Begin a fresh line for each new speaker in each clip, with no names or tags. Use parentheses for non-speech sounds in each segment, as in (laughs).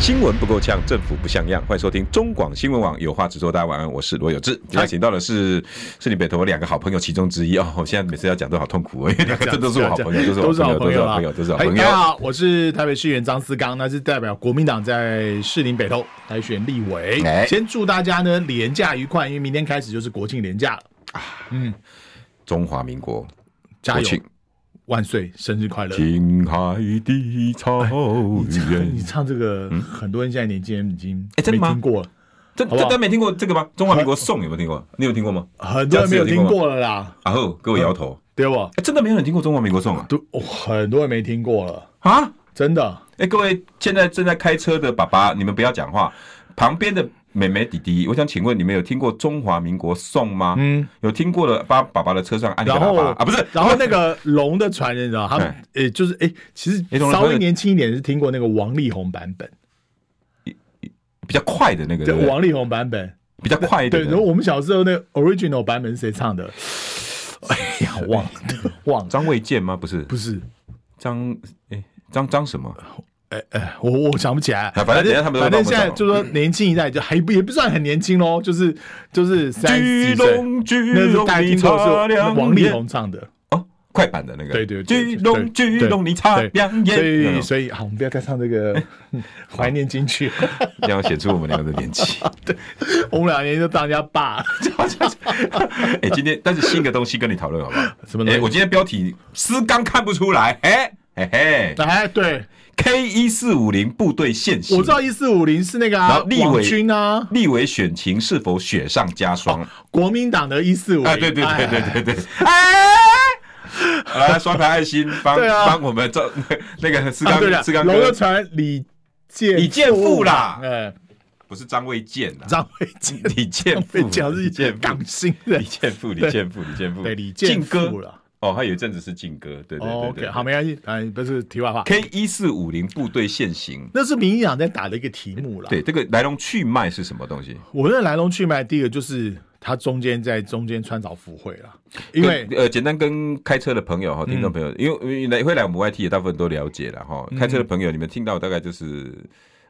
新闻不够呛，政府不像样。欢迎收听中广新闻网，有话直说。大家晚安，我是罗有志。今
哎
天请到的是是你北投我两个好朋友其中之一哦。 (laughs) 我现在每次要讲都好痛苦哦，因为
(laughs)
两个这都是我好朋友，都是我
都是好
好朋
朋
友，
友
都是我好
啦
朋友，都是好
哎
朋
大
友。
家好，我是台北市议员张思刚，那是代表国民党在士林北投来选立委。
哎
先祝大家呢廉假愉快，因为明天开始就是国庆廉假了，
中华民国
加
国
油
庆，
万岁，生日快乐！
青海的
(laughs)
草原
你，唱这个，很多人现在年轻人已经
嗯哎真
没
的吗
听过了，
这
好不
这
好
大家没听过这个吗？中华民国颂有没有听过？你有听过吗？啊
很多人没有听过了啦，
然后给我摇头，
对不？
哎，真的没有人听过中华民国颂啊？
都哦很多人没听过了，
啊！
真的。
哎，各位现在正在开车的爸爸，你们不要讲话。旁边的妹妹弟弟，我想请问你们有听过中华民国颂吗？
嗯，
有听过的，把爸爸的车上按一个
然
喇
后
叭啊，不是，
然后那个龙的传人，你知道他们
(laughs) 哎
呃，就是哎，其实
哎龙的传人
稍微年轻一点是听过那个王力宏版本，
比较快的那个，对不
对，
对
王力宏版本，
比较快一
对，
点
然后
的。
我们小时候那个 original 版本是谁唱的？哎 (laughs) 呀，忘了，忘了，
张卫健吗？不是，
不是，
张哎张张什么？
哎哎，我我想不起来，
啊反正等一下他们都
反
会帮
正
我们
现在
找
就说年轻一代就还不也不算很年轻喽，就是就是三十
巨
几岁，
龙巨
那是
龙，
大家
你
听过
擦
是
亮
王力
眼
宏唱的，
哦，快板的那个，
对对，对
巨龙巨龙，你擦亮眼，
所以
嗯
所以好，我们不要再唱这
(laughs)
个怀念金曲，
这样显出我们两个的年纪。
我们两年就当人家
(laughs)
爸，
哎，今天但是新的东西跟你讨论好不好？
什么东
哎
西，
我今天标题思刚看不出来，哎嘿嘿
哎，对，
，K 一四五零部队现形，
我知道一四五零是那个
然
啊
后，立委
网军啊，
立委选情是否雪上加霜？
国民党的一四五
啊，
零，
对对
哎
对对
(laughs)
对对，哎。啊，刷排爱心，帮
对啊
帮我们照那个思
啊，对
刚
了
思，刚
龙
哥
的传李健
李健富啦
哎，
不是张卫健啊，
张卫健，
李健
(laughs) 被
富，
讲
李
是
健富
港星的
李，健富，李健富，李健富，
对李健
靖
富
哥
了。
哦，他有一阵子是靖哥，对对
哦
对对
OK，好，没关系，哎，不是题外话，
K 一四五零部队现形，
那是民进党在打的一个题目啦。
对，这个来龙去脉是什么东西？
我认为来龙去脉，第一个就是他中间在中间穿凿附会了，因为嗯
跟呃，简单跟开车的朋友哈，听众朋友，因为因为来会来我们 YT 也大部分都了解了哈。开车的朋友，你们听到大概就是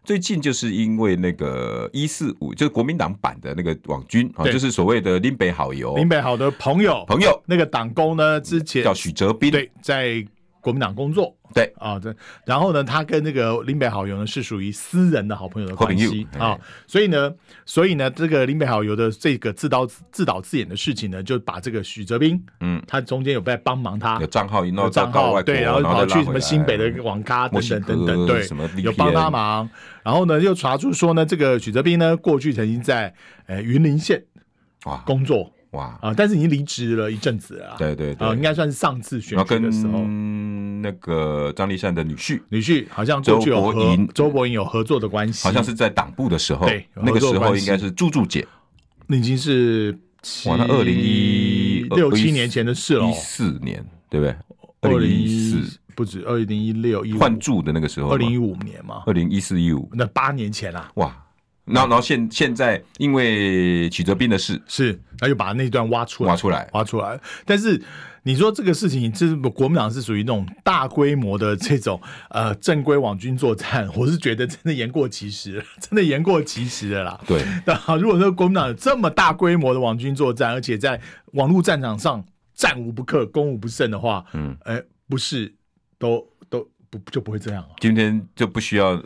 最近就是因为那个一四五，就是国民党版的那个网军啊，
对
就是所谓的林北好友
林北好的朋友，
朋友
那个党工呢，之前
叫许哲斌，
对在国民党工作，
对
啊，对，然后呢，他跟那个林北好友呢是属于私人的好朋友的
好朋
关
友
系
哎
啊，所以呢，所以呢，这个林北好友的这个自导自导自演的事情呢，就把这个许哲斌，
嗯，
他中间有在帮忙他
有。账号，然后
有
到
账
到
号
外国，
对，然后跑
再拉
去什
回
么
来
新北的网咖等等等
墨西哥
等，对
什么，
有帮
VPN
他忙。然后呢，又查出说呢，这个许哲斌呢，过去曾经在呃云林县
哇
工作
哇，
啊，但是已经离职了一阵子了啊，
对对对
啊，应该算是上次选
然后
举的时候，
跟那个张立善的女婿，
女婿好像过去有
周伯
和
银
周伯莹有合作的关系，
好像是在党部的时候
对，有
那个
合作
时候
关
应
系
该是朱柱姐
那已经是七
哇那2011
六七年前的事了
一，四年，对不对？
哦二
二零
零
一
一
四
不止二零一六一
换柱的那个时候嘛，
二零一五年嘛，
二零一四一五，
那八年前啦，
哇！然后然后现现在因为曲哲斌的事
是，他就把那段挖出来，
挖出来，
挖出来。但是你说这个事情，这是国民党是属于那种大规模的这种呃正规网军作战，我是觉得真的言过其实了，真的言过其实了啦。
对，
(laughs) 那啊如果说国民党有这么大规模的网军作战，而且在网络战场上战无不克、攻无不胜的话，
嗯，
哎、不是都都不就不会这样了、啊
今天就不需要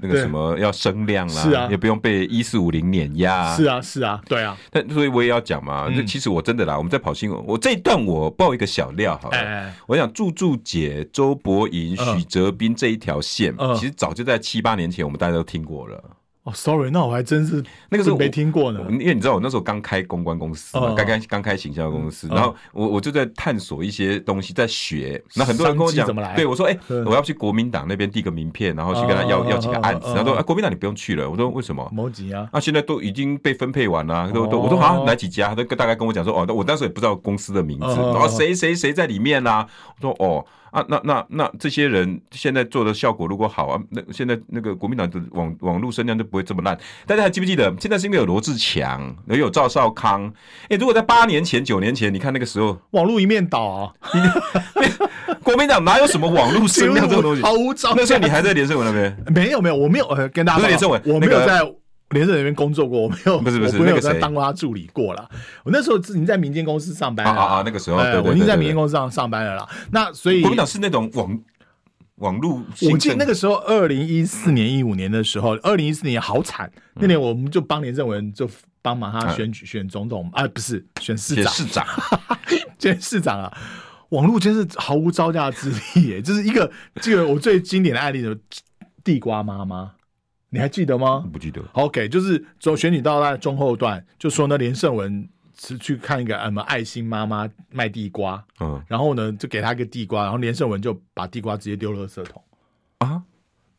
那个
对
什么要声量啦，
是啊
也不用被一四五零碾压啊，
是啊，是啊，对啊，
但所以我也要讲嘛，
嗯
那、其实我真的啦，我们在跑新闻，我这一段我爆一个小料好了。
哎哎
我想祝祝姐、周伯莹、
嗯
许哲斌这一条线，
嗯
其实早就在七八年前我们大家都听过了。
哦，sorry，那我还真是
那个时候
没
我
听过呢。
因为你知道我那时候刚开公关公司嘛，
嗯
刚开刚开行销公司，
嗯
然后我我就在探索一些东西，在学。那很多人跟我
商
讲
机怎么来，
对我说：“哎，
嗯
我要去国民党那边递个名片，然后去跟他要
嗯
要几个案子。”
嗯嗯嗯
然后说：“
嗯
啊，国民党你不用去了。”我说：“为什么？”
某几啊，
啊，现在都已经被分配完了，啊都都
哦
我说好像哪几家，他都大概跟我讲说，哦，我当时也不知道公司的名字，
嗯
然后谁谁谁在里面啦、我说哦啊，那那那这些人现在做的效果如果好啊，那现在那个国民党的网网络声量就不会这么烂。大家还记不记得，现在是因为有罗志强，也有赵少康，哎、如果在八年前、九年前，你看那个时候，
网络一面倒啊，
国民党哪 (laughs) 有什么网络声量这种
(laughs)
东西？
毫无招架
那时候你还在连胜文那边。
没有没有，我没有呃跟大家
不是
报告
连胜文
我没有
那个
在连胜文那边工作过，我没有，
不是不是
我没
那
有
个谁
在当过他助理过啦。我那时候已经在民间公司上班
啊
了啦
啊啊！那个时候，
(laughs) 哎
对对
我
对
已经在
对
民间
对
公司上上班了啦。那所以
国民党是那种网网络兴盛，
我记得那个时候，二零一四年、一五年的时候，二零一四年好惨，那年我们就帮连胜文就帮忙
嗯
他选举、选总统啊，不是选市 (laughs)
选
长，
市长。
选市长啊。网络真是毫无招架之力耶，就是一个这个我最经典的案例的地瓜妈妈，你还记得吗
(laughs) 不记得。
？OK，就是从选举到大概中后段，就说呢，连胜文是去看一个呃什么爱心妈妈卖地瓜，
嗯
然后呢就给他一个地瓜，然后连胜文就把地瓜直接丢垃圾桶。
啊，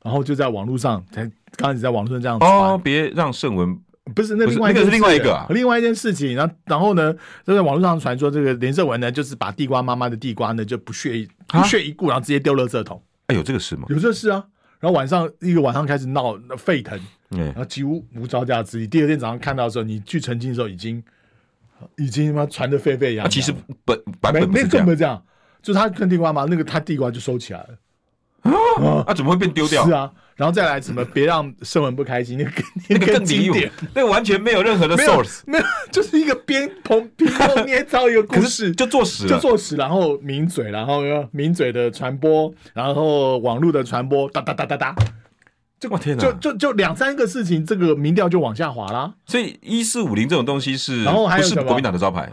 然后就在网络上，才刚开始在网络上这样传，
哦，别让圣文
不是那
不是
另外一
那
件
个是另外一
事
个啊
另外一件事情，然后然后呢，就在网络上传说这个连胜文呢，就是把地瓜妈妈的地瓜呢就不屑一
啊
不屑一顾，然后直接丢垃圾桶，
哎有这个事吗？
有这事啊。然后晚上一个晚上开始闹沸腾，
嗯
然，后几乎无招架之力。第二天早上看到的时候，你去澄清的时候已经已经他妈传的沸沸扬
那
扬。
啊其实本版
没
本不
哎没
是这
根
样
本这样，就是他跟地瓜妈那个他地瓜就收起来了。
啊，怎么会被丢掉
是？啊，然后再来什么别让盛文不开心，那个
那个更离
经
谱
典，，
那个完全没有任何的
没有
source，
没有，就是一个编捧凭空捏造一个故
可
事，
是就啊坐实
就
了。
作死，然后名嘴，然后名嘴的传播，然后网络的传播，哒哒哒哒哒，就
我天哪
就就就两三个事情，这个民调就往下滑啦。
所以一四五零这种东西是
然后还有
不是
什么
国民党的招
(laughs)
牌？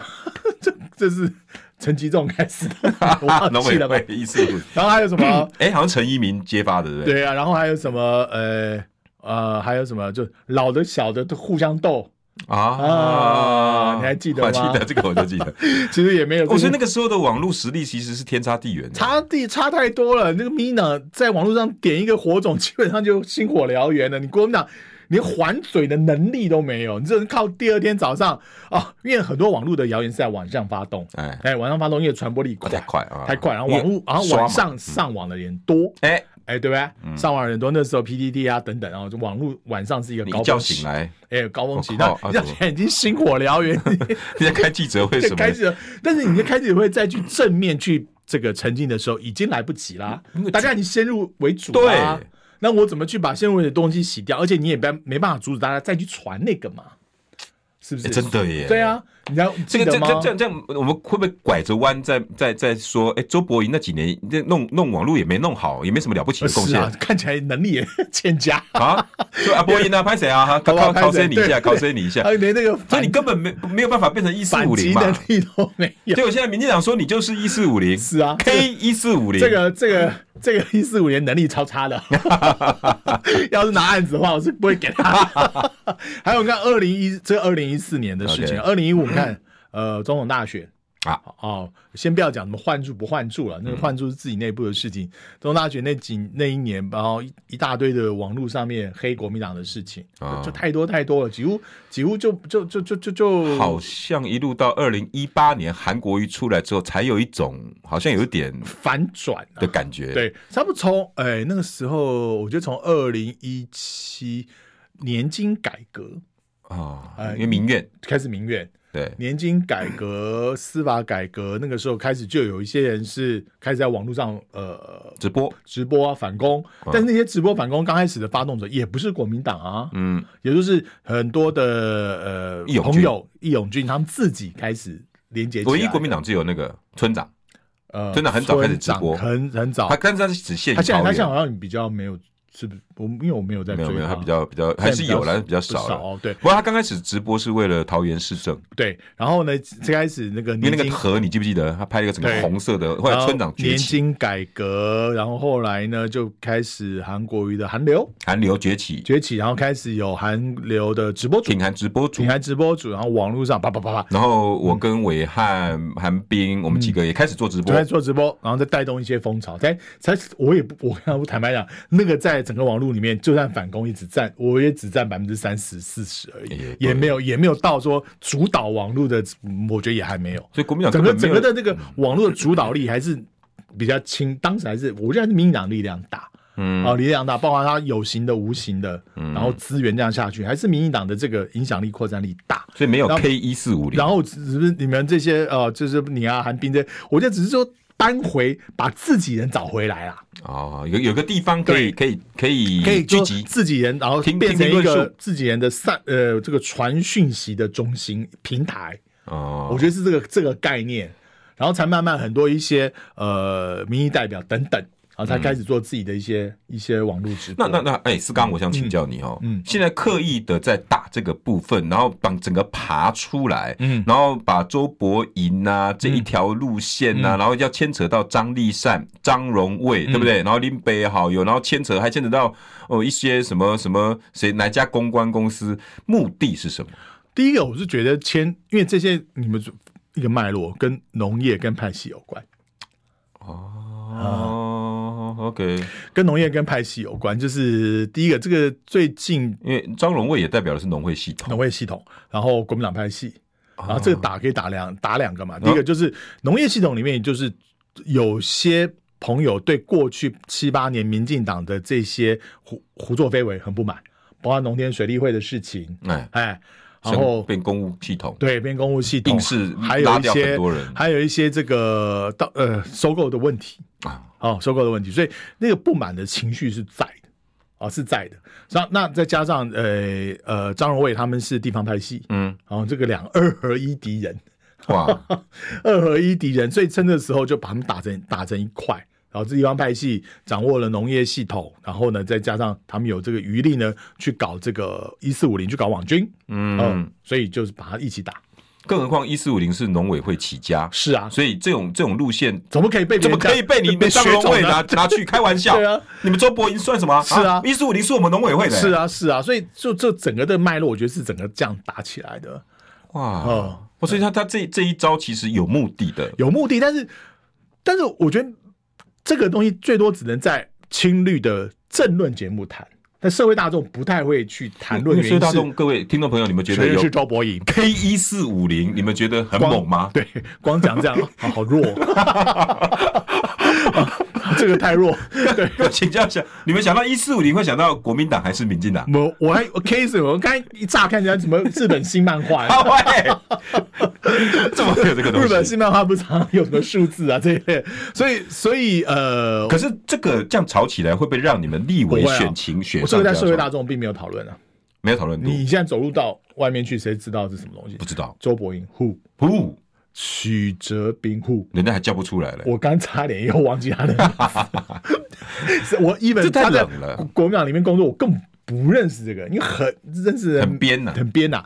这是陈吉仲开始的，我
啊，
忘
农
记
委 (laughs)
了吧
会？一四五，
然后还有什么？
哎，好像陈一鸣揭发 (coughs) 的，对不对？
对啊，然后还有什么？呃呃，还有什么？就老的小的都互相斗，
啊
啊你还记得吗
(laughs) 我记得这个我就记
(laughs)
得。
其实也没有这
我
个。
觉得那个时候的网络实力其实是天差地远的。
差地差太多了。那个 Mina 在网络上点一个火种，基本上就星火燎原了。你国民党连还嘴的能力都没有，你只能靠第二天早上啊，因为很多网络的谣言是在晚上发动，
哎，
哎，晚上发动因为传播力快，
太快啊，
太快，然后网络，然后晚
刷嘛
上上网的人多。
哎，
哎，对不对？上网的人多，那时候 PDD 啊等等，然后就网络晚上是一个
你
高
一
峰
觉
期
醒， (laughs) 来，
哎，高峰期，
我
那
靠啊
那
怎么
现在已经星火燎原，
人家开记者会
对，
什么
开
的？
记者，但是你的开记者会再去正面去这个澄清的时候，已经来不及啦
那个。
大家已经先入为主
对
啦。那我怎么去把先入为主的东西洗掉？而且你也没没办法阻止大家再去传那个嘛，是不是？
哎真的耶！
对啊，你要记
这个
得
这
吗？
这这样这样，我们会不会拐着弯再再再说？哎，周伯仪那几年那弄弄网络也没弄好，也没什么了不起的贡
是 (laughs)
献
啊，看起来能力也 (laughs) 欠佳，
啊。就啊，伯仪呢，拍谁啊？
(laughs)
哈
好
考
不好
考考
拍谁
谁你一下，
对
考谁你一下
还，有连那个
所以
(laughs)
你
反
根本没没有办法变成一四
反
五
击
零嘛
能。力都没有。
结果现在民进党说你就是一四五零，
是啊
K 一四五零，
这个这个这个一四五年能力超差的， (laughs) 要是拿案子的话，我是不会给他。 (laughs) 还有你看二零一这二零一四年的事情，二零一五你看呃总统大选
啊嗯
哦，先不要讲什么换柱不换柱了，那个换柱是自己内部的事情。总统大选那几那一年，然后一一大堆的网络上面黑国民党的事情，
啊
就太多太多了，几乎几乎就就就就就就
好像一路到二零一八年韩国瑜出来之后，才有一种好像有一点
反转、啊
的。感觉。，
对，差不多从哎、那个时候，我觉得从二零一七年金改革
啊，
哎
因为民怨
开始民怨，
对。
年金改革、司法改革，那个时候开始就有一些人是开始在网络上呃
直播，
直播啊反攻，
嗯
但是那些直播反攻刚开始的发动者也不是国民党啊，
嗯，
也就是很多的呃
义勇军
朋友义勇军他们自己开始连接起来，
唯一国民党只有那个村长，
呃
真的很早开始
村长
直播
很很早
他，但是他是只限于
哦他现在
桃
他现在
园
好像比较没有是不是？我因为我没有在
没
追
有
他，
没有，他比较比较还是有啦，但是比较少
不
了。
哦对
不过他刚开始直播是为了桃园市政，
对，然后呢，最开始那个
因为
年
那
金
个河你记不记得？他拍了一个整
对
个红色的，后来村长崛
年
起，
金改革，然后后来呢就开始韩国瑜的韩流
韩流崛起，
崛起，然后开始有韩流的直播主
挺，韩直播主
品。牌直播主，然后网络上啪啪啪啪。
然后我跟伟汉、韩冰，我们
嗯
几个也开始做直
就
播
在。做直播，然后再带动一些风潮，才才我也不，我跟他坦白讲，那个在整个网络里面，就算反攻也只占，我也只占百分之三十四十而
也
已
对，
也没有也没有到说主导网络的，嗯我觉得也还没有。
所以国民党
整个
根本没
整
有嗯
个的这个网络的主导力还是比较轻，当时还是我觉得还是民进党力量大，嗯，啊、力量大，包括它有形的、无形的，
嗯
然后资源这样下去，还是民进党的这个影响力扩散力大。
所以没有
然后
K 一四五零
然。后只是你们这些呃，就是你啊、韩冰这，我觉得只是说扳回，把自己人找回来啦，
哦，有有个地方可以可以可以
可以
聚
说
集，
自己人，然后
听
变成
听
一
听论
个
述
自己人的散呃这个传讯息的中心平台。
哦
我，觉得是这个这个概念，然后才慢慢很多一些呃民意代表等等，然后才开始做自己的一些、一些网络直播。
那那那，哎、思刚，我想请教你哦，
嗯
嗯
嗯，
现在刻意的在打这个部分，然后把整个爬出来，
嗯
嗯，然后把周伯银啊这一条路线
嗯
呐、啊，然后要牵扯到张立善、张荣卫，对
嗯
不对？然后林北也好友，然后牵扯还牵扯到哦一些什么什么谁哪家公关公司，目的是什么？
第一个我是觉得签，因为这些你们就一个脉络跟农业跟派系有关，啊
哦、o k
跟农业跟派系有关，就是第一个这个最近
因为张荣卫也代表的是农会系统，哦
农业系统，然后国民党派系，然后这个打可以打两打两个嘛。第一个就是农业系统里面，就是有些朋友对过去七八年民进党的这些胡胡作非为很不满，包括农田水利会的事情，
哎，
哎，然后
变公务系统，
对边公务系统啊
硬是
还有
拉
一
掉
些
很多人
还有一些这个到呃收购的问题
啊
哦，收购的问题，所以那个不满的情绪是在的啊、是在的。然后那再加上呃呃张荣卫他们是地方派系，
嗯，
然后这个两二合一敌人，
哇，
(laughs) 二合一敌人，所以称的时候就把他们打成打成一块。然后这地方派系掌握了农业系统，然后呢，再加上他们有这个余力呢，去搞这个一四五零，去搞网军，
嗯。
嗯，所以就是把它一起打。
更何况一四五零是农委会起家，
是啊，
所以这种这种路线
怎么可以被别
怎
人
么可以被你们
学
张荣
走
卫
呢
拿拿去开玩笑？
(laughs) 对啊，
你们周伯银算什么？
是啊
一四五零是我们农委会的、
是，啊，是啊，所以就这整个的脉络，我觉得是整个这样打起来的，
哇，
嗯
哦，所以他他这这一招其实有目的的，
有目的。但是，但是我觉得这个东西最多只能在青绿的政论节目谈，但社会大众不太会去谈论
因为
原因
所以嗯大
是
众各位听众朋友，你们觉得
谁
有
是周伯颖。
K 一四五零，你们觉得很
光
猛吗？
对，光讲这样好好
(laughs)
弱、 (laughs) 啊这个太弱。对，
要 (laughs) 请教一下，你们想到一四五零会想到国民党还是民进党？
(laughs) 我我还我 case 我刚才一乍看起来什么日本新漫画，
啊喂， (laughs) 怎么会有这个东西？
日本新漫画不常常有什么数字啊这一类，所以所以呃，
可是这个这样吵起来，会不会让你们立委
不会啊
选情选
我这
上
个
比较
在
少？
社会大众并没有讨论啊。
没有讨论度，
你现在走入到外面去，谁知道是什么东西
不？知道。
周伯英 who，
呼，
许哲斌 who。
人家还叫不出来了。
我刚差点又忘记他的名
(laughs)
字，是我一本
这太
他在
冷了
国民党里面工作，我更不认识这个，因为很认识人
很编呐
很编呐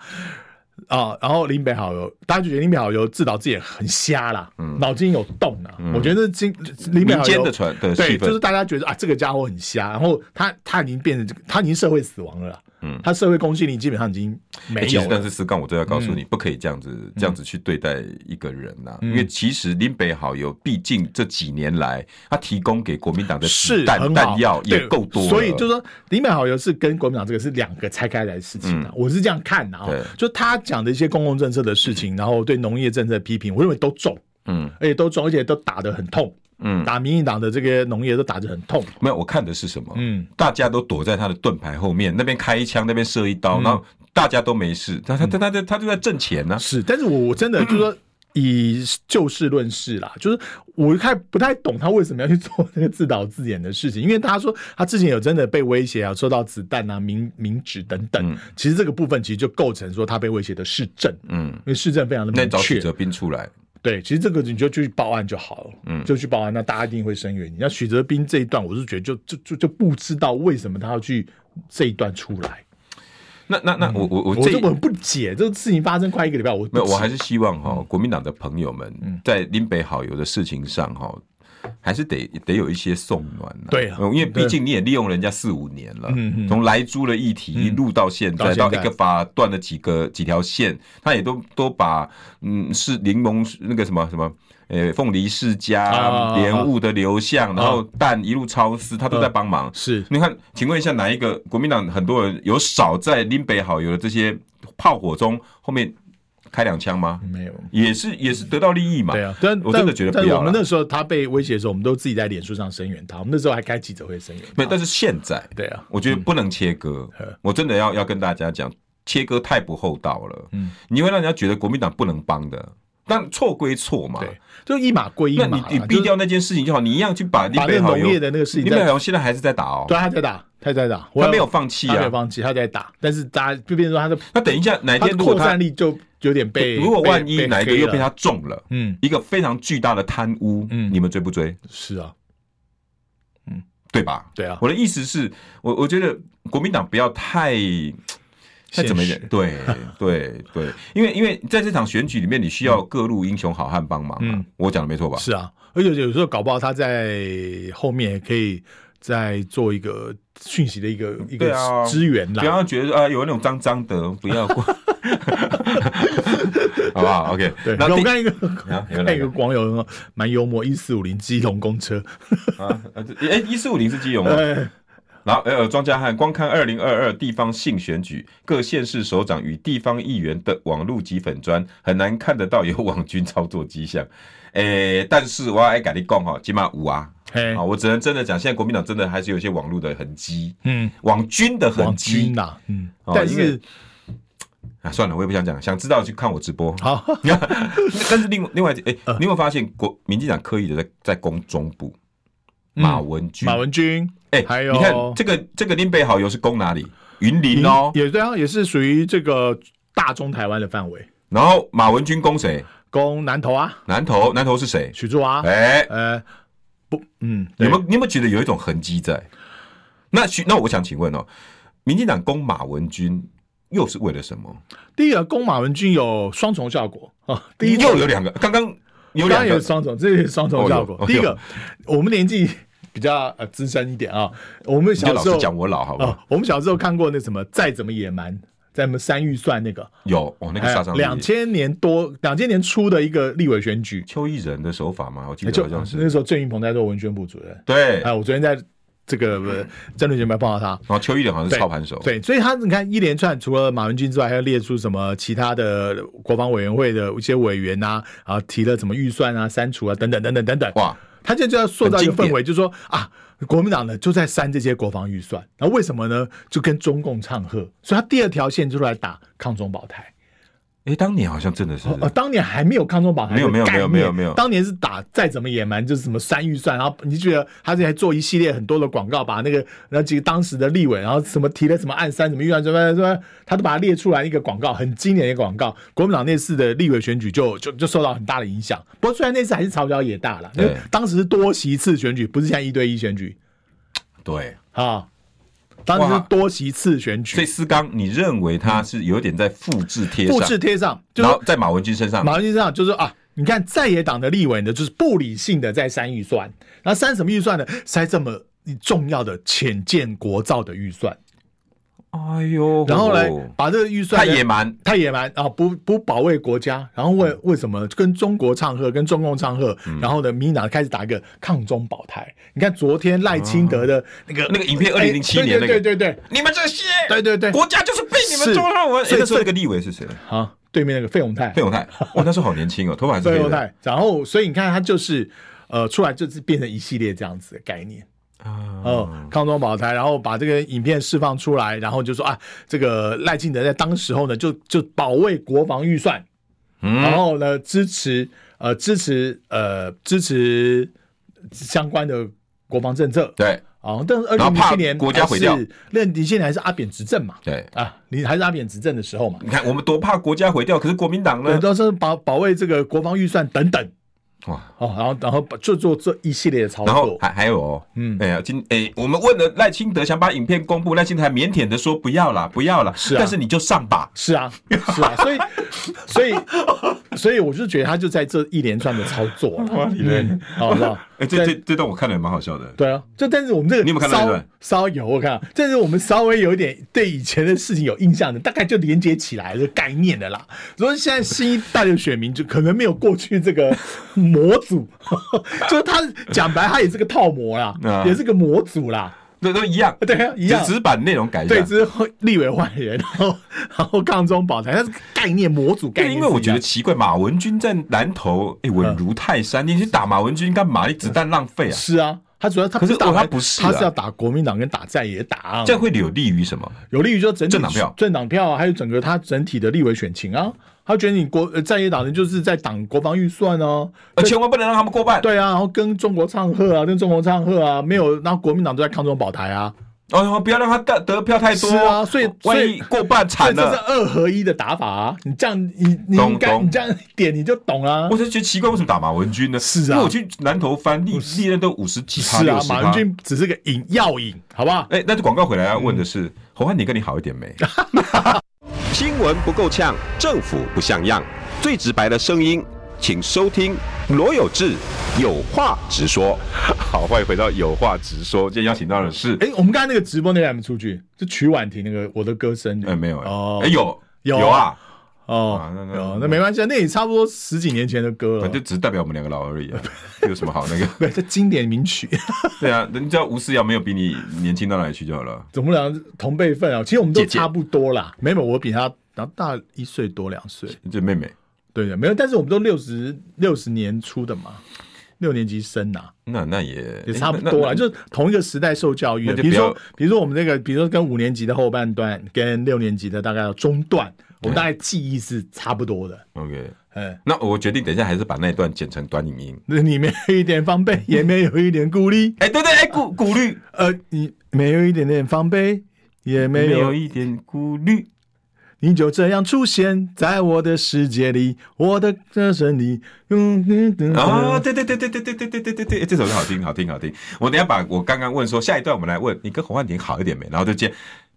啊。然后林北好友，大家就觉得林北好友自导自演很瞎啦，脑筋有洞啊。我觉得今林北
嗯民
好
间
友
的传的
对，
气
就是
氛，
大家觉得啊，这个家伙很瞎，然后他他已经变成这个，他已经社会死亡了啦，嗯，他社会公信力基本上已经没
欸其
有嗯
实但
了，
是思刚，我真的要告诉你，不可以这样子这样子去对待一个人呐，
嗯
因为其实林北好友，毕竟这几年来他提供给国民党的
是
子弹
很好
弹药也
对
够多了，
所以就是说林美好友是跟国民党这个是两个拆开来的事情啊，我是这样看的啊
嗯对，
就他讲的一些公共政策的事情，然后对农业政策的批评，我认为都中，
嗯
而且都中，而且都打得很痛，
嗯，
打民进党的这个农业都打得很痛，
没有我看的是什么？
嗯，
大家都躲在他的盾牌后面，那边开一枪，那边射一刀，
嗯
然后大家都没事，他他他他他他就在挣钱呢。
是，但是我我真的就是说。以就事论事啦，就是我太不太懂他为什么要去做那个自导自演的事情，因为他说他之前有真的被威胁啊，受到子弹啊、明明指等等，
嗯
其实这个部分其实就构成说他被威胁的市政，
嗯，
因为市政非常的
那
明
你找
确
许，哲斌出来，
对，其实这个你就去报案就好了，嗯，就去报案，那大家一定会声援你。那许哲斌这一段，我是觉得就就就就不知道为什么他要去这一段出来，
那那那我我我
我
这
就我很不解，这个事情发生快一个礼拜，我嗯
没有，我还
是
是希望哈、国民党的朋友
嗯
们在林北好友的事情上哈、还是得得有一些送暖、啊。
对啊
嗯因为毕竟你也利用人家四五年了
嗯，嗯
从莱猪的议题一路到现在，
到现
到
在
一个法断了几个几条线，他也都都把嗯是柠檬那个什么什么。呃，凤梨世家、
啊
莲雾的流向，然后蛋一路超市，他都在
嗯
帮忙。
是
你看，请问一下，哪一个国民党很多人有少在林北好友的这些炮火中后面开两枪吗？
没有。
也是也是得到利益嘛？
对啊，但
我真的
但
觉得
但
不要
我们
了
那时候他被威胁的时候，我们都自己在脸书上声援他，我们那时候还开记者会声援
没
他。
有，但是现在
对啊，
我觉得不能切割
嗯，
我真的要要跟大家讲，切割太不厚道了。
嗯，
你会让人家觉得国民党不能帮的，但错归错嘛。
对，就一码归一
那
码
你
啦，
你
就
避
是
掉那件事情就好，你一样去把林
把那
北
个
好友
农业的那个事情
林
再
北好友现在还是在打哦，
对，他在打，他在打，我
他没有放弃
他没
啊
有。放弃，他在打，但是大家就变成说他的
那等一下哪一
他
天
的
如果
扩
他
散力就有点被，
如果
被
万一哪一个又被，
黑
他
了
中了，
嗯，
一个非常巨大的贪污，
嗯
你们追不追？
是啊，
对吧？
对啊，
我的意思是，我我觉得国民党不要太。太
现
怎么一点
实？
对对对，因为因为在这场选举里面，你需要各路英雄好汉帮忙、啊。
嗯
我讲的没错吧？
是啊，而且有时候搞不好他在后面也可以再做一个讯息的一个一
对
个
啊
支援
不
啦。
要觉得啊、有那种脏脏的，不要
(laughs)
过， (laughs) 好不好？OK，
对，
那
那我
第
看一个
啊有哪个
看一个网友很好蛮幽默，一四五零基隆公车，
啊，啊这哎，一四五零是基隆吗？
哎，
然后，呃，庄家汉光看二零二二地方性选举，各县市首长与地方议员的网路及粉砖，很难看得到有网军操作迹象。诶、但是我要跟你讲哈，今码五啊，
嘿
啊，我只能真的讲，现在国民党真的还是有一些网路的痕迹，
嗯，
网军的痕
网
迹
军呐，嗯，
哦
但
因为
是
啊。算了，我也不想讲，想知道去看我直播。
好，
但是另另外，诶、
呃
你有没有发现国民进党刻意的在在攻中部马文君？
嗯马文君，
哎、
还有
你看这个这个林北好友是攻哪里？云林
林
哦，
也对啊，也是属于这个大中台湾的范围，
然后马文君攻谁？
攻南投啊，
南投，南投是谁？
许柱啊，
哎、
呃，不，嗯，
你
对
们你有没有觉得有一种痕迹在？那许那我想请问哦，民进党攻马文君又是为了什么？
第一个攻马文君有双重效果啊，第一
又有两个，刚刚哦有
当
两
然有
个，
双重，这也是双重效
哦
果
有哦。
第一个，我们年纪比较呃资深一点啊，我们
你就
小
老
时
是
候
讲我老好不好？
啊，我们小时候看过那什么再怎么野蛮，在我们三预算那个，哎
有哦，那个杀伤力，
两千年多两千年初的一个立委选举，
邱毅人的手法吗？我记得
哎就嗯
好像是
那时候郑云鹏在做文宣部主任，
对，
哎，
然
我昨天在这个呃争论节目还碰到他，
后邱毅人好像是
对
操盘手，
对，所以他你看一连串，除了马文君之外，还要列出什么其他的国防委员会的一些委员呐、啊，啊提了什么预算啊、删除啊等等等等等等。
哇，
他现在就要塑造一个
很经
氛
典
围，就是说啊，国民党呢就在删这些国防预算，那为什么呢？就跟中共唱和，所以他第二条线就是来打抗中保台。
哎，当年好像真的是
哦、呃，当年还没有抗中保台的
没有没有没有
概念
没有没有
当年是打再怎么野蛮就是什么三预算，然后你就觉得他这还做一系列很多的广告，把那个那几个当时的立委，然后什么提了什么按三什么预算什么什么，哎他都把它列出来一个广告，很经典的一个广告。国民党那次的立委选举就就就受到很大的影响，不过虽然那次还是草脚也大了，因为
对
当时是多席次选举，不是像一对一选举
对，
啊，当时是
哇
多席次选
所以
举，
思刚，你认为他是有点在复制贴上
复，制贴上，就是
然后在马文君身上，
马文君身上就是说啊，你看在野党的立委呢，就是不理性的在删预算，然后删什么预算呢？删这么重要的浅见国造的预算，
哎呦，
然后呢，把这个预
太
算呢
野蛮，嗯
太野蛮啊，不不保卫国家，然后为为什么跟中国唱和，跟中共唱和，然后呢，民进党开始打一个抗中保台。你看昨天赖清德的那个
哦那个影片2007年那个
哎对对对对
你们这些，
对对对
国家就是被你们
是
中了。我
所以
那时
所
候
以
那个立委是谁？
对，啊，对面那个费永泰
费，永
(laughs)
泰，哇，那时候好年轻哦，头发还是
费
黑
永
的
泰，然后所以你看他就是呃出来就是变成一系列这样子的概念。
啊。
哦，抗中保台，然后把这个影片释放出来，然后就说啊，这个赖清德在当时候呢，就就保卫国防预算，
嗯
然后呢支持呃支持呃支持相关的国防政策
对，
啊、哦，但是二
然后
零零
怕
七年
国家
还
毁掉
是，那零七年还是阿扁执政嘛，
对，
啊，你还是阿扁执政的时候嘛，
你看我们多怕国家毁掉，可是国民党
对，
呢？
都是保保卫这个国防预算等等，
哇，
哦，然后然后把就做这一系列的操
然后
作，
还还有哦，
嗯
哎呀，今哎，我们问了赖清德，想把影片公布，赖清德还腼腆的说不要啦，不要啦，
是啊
但是你就上吧，
是啊，是啊，所以所以所以我就觉得他就在这一连串的操作了，嗯
哇，你嘞，
好不好？
哎，这这
对
这段我看了也蛮好笑的，
对啊，就但是我们这个
你有没有看到
稍
那段
稍有我看到，但是我们稍微有一点对以前的事情有印象的，大概就连接起来的概念的啦。所以现在新一代的选民就可能没有过去这个模组， (laughs) 就是他讲白他也是个套模啦，
啊
也是个模组啦，
对，都一样，
对啊，一样
只。只版内容改一下
对，。之后立委换人， (laughs) 然后然后抗中保台，它是概念模组概
对，
念是一
哎
样
因
的，嗯
为我觉得奇怪，马文君在南投，哎，稳如泰山，你去打马文君干嘛？你子弹浪费啊，
是啊，他主要他
可是
打
我他
完
不是啊
他是要打国民党跟打在野党，啊
这样会有利于什么？
有利于就整体
政党票
政党票啊，还有整个他整体的立委选情啊。他觉得你国呃在野党人就是在挡国防预算哦、
呃，千万不能让他们过半。
对啊，然后跟中国唱和啊，跟中国唱和啊，没有，然后国民党都在抗中保台啊，
哦，不要让他得得票太多
是啊所以所
万
以
一过半
所
惨
以这是
了。
二合一的打法啊。你这样，你你
懂
应该
懂
你这样点你就懂啦、
我就觉得奇怪，为什么打马文君呢？
是啊
因为我去南投翻历历任都五十几趴，
是啊
六，十
马文嗯
趴。
君只是个引药引，好不好？
哎，那就广告回来要问的是，侯汉，你跟你好一点没？
(laughs) 新闻不够呛，政府不像样，最直白的声音，请收听罗有志有话直说。
(laughs) 好，欢迎回到有话直说。今天邀请到的是，
哎、我们刚才那个直播那个还没出去，就曲婉婷那个我的歌声，
哎，没有，
哦
哎，有
有
有啊，
哦，
啊那那
有那没关系，啊，那也差不多十几年前的歌了
反。正只是代表我们两个老而已啊，有什么好那个？ (laughs)
对，这经典名曲，
对啊，人家吴思瑶没有比你年轻到哪里去就好了。
怎么俩同辈份啊？其实我们都
姐姐
差不多啦，没有我比他然后大一岁多两岁，
这妹妹，
对的，没有，但是我们都六十六十年出的嘛，六年级生呐、
那那也
也差不多啦，
哎那那
就是同一个时代受教育的。
那就
比如
不要
说，比如说我们这个，比如说跟五年级的后半段，跟六年级的大概中段，我们大概记忆是差不多的。
OK。
嗯，
那我决定等一下还是把那一段剪成短影音。
那里面有一点防备，也没有一点顾虑，
哎，对对，哎，顾顾虑，
呃，你没有一点点防备，也没有
一点顾虑。
你就这样出现在我的世界里，我的歌声里。嗯嗯嗯
啊，对对对对对对对对对对对，哎这首歌好听，好听，好听。我等一下把我刚刚问说，下一段我们来问你跟洪汉廷好一点没？然后就接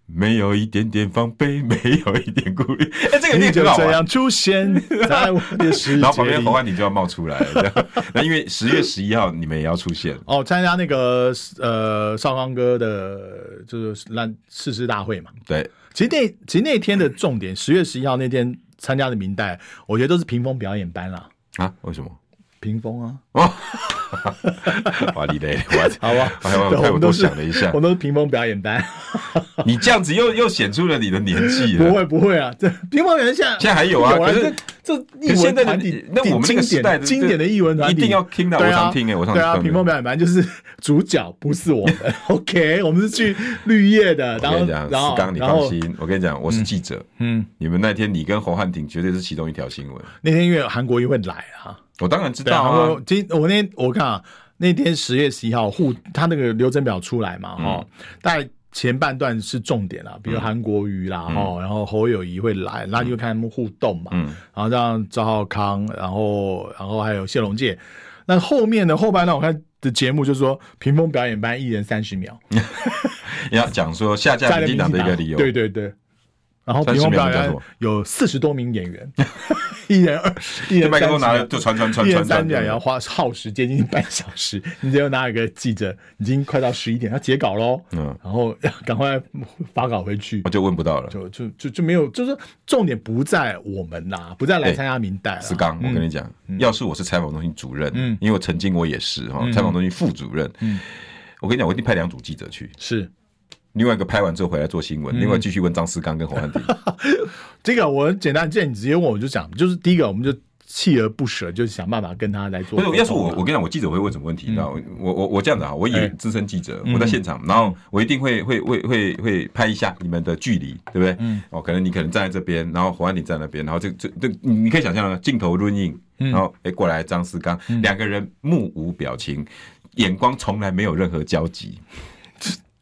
没有一点点防备，没有一点顾虑。哎，这个
你
一定
就
很好
这
玩。
样出现在我的世
(laughs) 然后
界
旁边
里
洪。汉廷就要冒出来，这样 (laughs) 那因为十月十一号你们也要出现，
哦，参加那个呃少康哥的，就是烂誓师大会嘛。
对，
其实那其实那天的重点，十月十一号那天参加的名单，我觉得都是屏风表演班啦，
啊，为什么？
屏风啊，
哦， (laughs) 哇，你嘞，我，
好吧
哎我
对
看
我
我
们都
多
是
想了一下
我们都是屏风表演班，
你这样子又又显出了你的年纪
不
了。
会不会啊，
(laughs)
这屏风表演现在
现在还有啊可是
这这
可
艺
是
文
现在的
团体，
那我们那个时代的
经典经典的艺文团体
一定要听的
对啊
我常听欸我常
对啊，
听的
屏风表演班就是 (laughs) 主角不是我们 (laughs) ，OK，我们是去绿叶的，
我
然
跟
后
你啊讲，
然
思
后
刚，你
然
放
后
心，我跟你讲，我是记者。
嗯，
你们那天你跟侯汉廷绝对是其中一条新闻，
那天因为韩国瑜会来啊，
我当然知
对
道
啊，
啊
我。今我那天我看啊，那天十月十一号互他那个流程表出来嘛，
嗯
哈、大概前半段是重点啦，比如韩国瑜啦，哈、然后侯友谊会来，那就看他们互动嘛，
嗯
然后让赵浩康，然后然后还有谢龙介，那后面的后半段我看的节目就是说屏风表演班一人三十秒，
要讲说下架
在
民进党的一个
民
理由，
对对对。然后
30
屏风表
秒你讲什
演
么
有四十多名演
(laughs)
员，一人二，一
就
人
麦克
三
风
十
拿
秒
了就传传传
一
传
人三
传
秒也要花耗时接近半小时，你只有拿一个记者，已经快到十一点要截稿喽，
嗯，
然后要赶快发稿回去
我，就问不到了。
就就就就没有，就是重点不在我们啦，不在来参加名单啊嗯啦
思哎刚，我跟你讲，要是我是采访中心主任，
嗯
因为我曾经我也是哈，采访中心副主任，我跟你讲，我一定派两组记者去，
是
另外一个拍完之后回来做新闻，另外继续问张思刚跟侯汉廷。
这个，我简单，既然你直接问我就讲，就是第一个我们就锲而不舍，就是想办法跟他来做
(laughs)
沟通
不是，
啊啦。
要是我，我跟你讲，我记者会问什么问题？你知道，我我我这样的啊，我也
哎
资深记者，我在现场，然后我一定会会会会会拍一下你们的距离，对不对？嗯，哦，可能你可能站在这边，然后黄安你站在那边，然后这这这，你你可以想象啊，镜头润影，然后哎过来张思刚，两个人目无表情，眼光从来没有任何交集。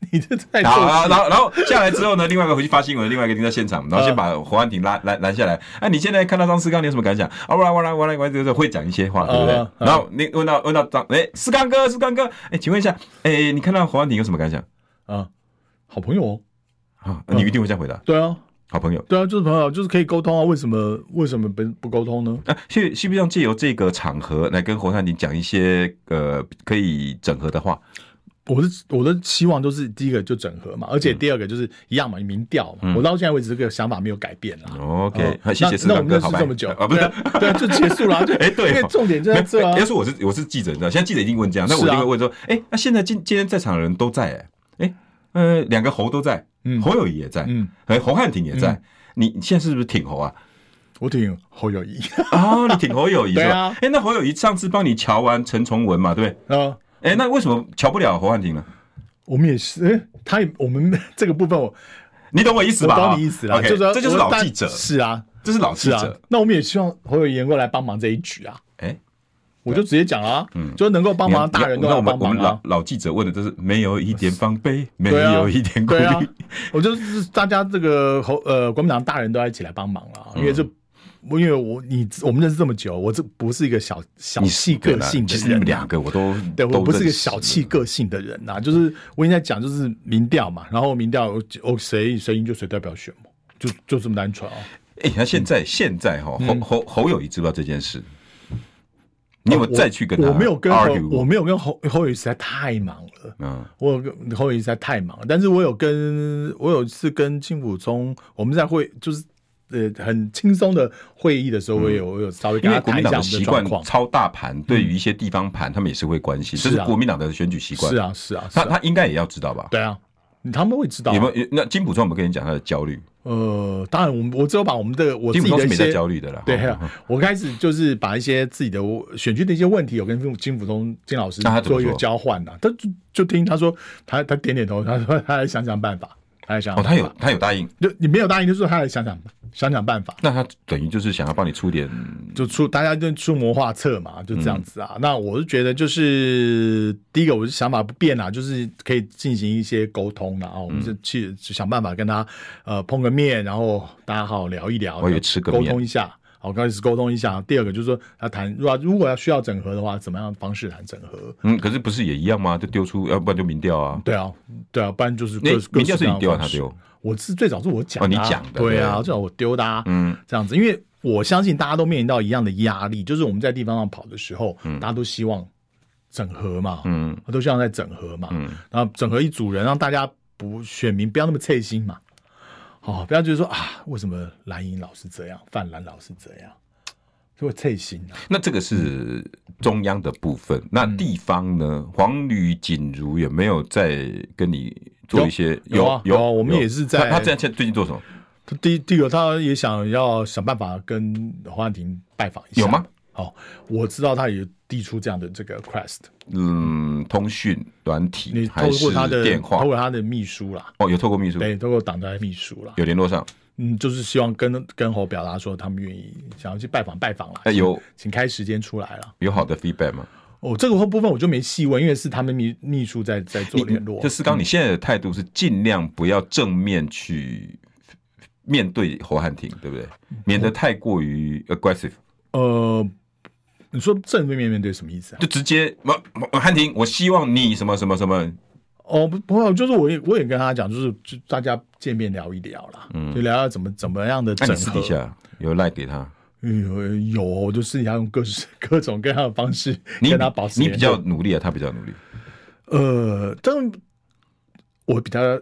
(laughs) 你这太
好，
做戏
然后然后然后下来之后呢，另外一个回去发新闻，另外一个停在现场，然后先把黄安婷拉拦拦下来。哎，你现在看到张思刚，你有什么感想？啊，我来我来我来我来，就是会讲一些话，对不对
嗯？嗯
然后你问到问到张，哎，思刚哥，思刚哥，哎，请问一下，哎，你看到黄安婷有什么感想？
啊，好朋友哦，
啊，你一定会这样回答，
对啊，
好朋友。
对啊，就是朋友，就是可以沟通啊，为什么为什么不不沟通呢？
啊，是是不是要借由这个场合来跟黄汉廷讲一些呃可以整合的话？
我的我的期望都是第一个就整合嘛，而且
嗯
第二个就是一样嘛，民调嘛，我到现在为止这个想法没有改变啦。
OK，、
哦
好，谢谢
那
思
那我
刚
们
哥，
认
好
识
吧？
这么久
啊，不是。
对对啊，就结束了啊。就
(laughs) 哎对
因
哦
为重点就在这啊
要。是我是我是记者，你知道，现在记者一定问这样，那我
是
一
啊
定会问说，哎、那、现在今今天在场的人都在、哎，哎，呃，两个侯都在，
嗯
侯友谊也在，
嗯
哎、侯汉廷也在，你你现在是不是挺侯啊？ (laughs)
我挺侯友谊
哦，你挺侯友谊是
对
吧？哎、
啊
那侯友谊上次帮你瞧完陈崇文嘛，对不对？
啊，
哎、那为什么瞧不了侯汉廷呢？
我们也是，哎他也我们 (laughs) 这个部分我
你懂我意思
我
吧？
懂你意思啦，
o k
就是说
这就是
我
老
但
记者，
是啊
这是老记
是啊
者，。
那我们也希望侯友谊能够来帮忙这一局啊，
哎、
我就直接讲啦，
嗯
就能够帮
你看
忙，大人都
那
来
我们
帮
我
忙
们老
啊。
老记者问的就是没有一点防备，没
对啊
有一点顾
对啊
虑。，
(laughs) 我就是大家这个侯呃国民党大人都要一起来帮忙了，啊
嗯
因为这。因为我你我们认识这么久，我这不是一个小小
你
气
是个
个
啦
性的
其实
人
你
啊，
们两个我都
(laughs) 对我
都
不是个
认识嗯
小气个性的人呐、啊就是我应该讲就是民调嘛，然后民调我谁谁赢就谁代表选嘛，就就这么单纯啊。
哎，那现
嗯
在现在哈，侯侯侯友谊知不知道这件事？你有没有哎再去跟他
啊我没有跟侯
argue，过
我没有跟侯侯友谊实在太忙了，
嗯，
我有跟侯友谊实在太忙了。但是我有跟我有一次跟金溥聪，我们在会就是呃很轻松的会议的时候，我有我有稍微
嗯因
跟
为
他
国
谈
民
一下
党
我
的
们
习
的状
惯
况。嗯
超大盘，对于一些地方盘，他们也是会关心，这
是
是
啊
国民党的选举习惯
是。啊是啊是
他
啊，
他应该也要知道吧？
对啊，他们会知道啊。
有没有？那金普川有没有跟你讲他的焦虑？
呃，当然我们我只有把我们的我自
金普
己
川
的
是
一
没在哦
些
焦虑的啦。
对
哈
啊，我开始就是把一些自己的选区的一些问题，有跟金辅东金老师
啊那他怎
做
么
一个
说
交换呐、他就就听他说，他他点点头，他说他来想想办法，他来想
哦，
想办法
他有他有答应，
就你没有答应，就说他来想想想想办法，
那他等于就是想要帮你出点
就出大家就出谋划策嘛，就这样子
嗯
啊。那我是觉得就是第一个，我是想法不变啊，就是可以进行一些沟通啦，啊，我们
嗯
就去就想办法跟他呃碰个面，然后大家好好聊一聊，
我以为吃个面
沟通一下。好，开始沟通一下。第二个就是说，他谈如果如果要需要整合的话，怎么样的方式谈整合？
嗯，可是不是也一样吗？就丢出，要不然就民调啊。
对啊，对啊，不然就是各
那
各
民调
式各
是你
样的
丢还是啊
方
他
式
丢？
我是最早是我讲、啊
哦你讲的
对啊，
对
最早我丢的、啊，
嗯，
这样子，因为我相信大家都面临到一样的压力，就是我们在地方上跑的时候，大家都希望整合嘛，
嗯，
都希望在整合嘛，
嗯
然后整合一组人，让大家不选民不要那么脆心嘛，好、不要觉得说啊，为什么蓝营老是这样，泛蓝老是这样，就会脆心啊。
那这个是
嗯
中央的部分，那地方呢？黄旅锦如有没有在跟你做一些？
有有啊有啊我们也是在
他他这样现在最近做什么？
他 (laughs) 第一第一个，他也想要想办法跟黄汉庭拜访一下，
有吗？
哦，我知道他也递出这样的这个 quest，
嗯，通讯软
你
体
透
还
过
是
他的
电话
透？过他的秘书啦，
哦，有透过秘书，
对，透过党的秘书啦，
有联络上。
嗯，就是希望跟跟侯表达说他们愿意想要去拜访拜访啦，
哎，有
请开时间出来了。
有好的 feedback 吗？
哦，这个部分我就没细问，因为是他们秘秘书在在做联络嗯
就。思刚，你现在的态度是尽量不要正面去面对侯汉廷，对不对？
嗯
免得太过于 aggressive。
呃，你说正对面面对什么意思啊？
就直接王王汉庭，我希望你什么什么什么，
哦，不，不，就是我也我也跟他讲，就是就大家见面聊一聊啦，就聊聊怎么怎么样的
嗯那
整
你
合。
私底下有赖给他，
有有，我就私底下用各式 (laughs) 各种各样的方式
你
跟他保持
你
联
比
络。
较努力啊，他比较努力，
呃，但我比他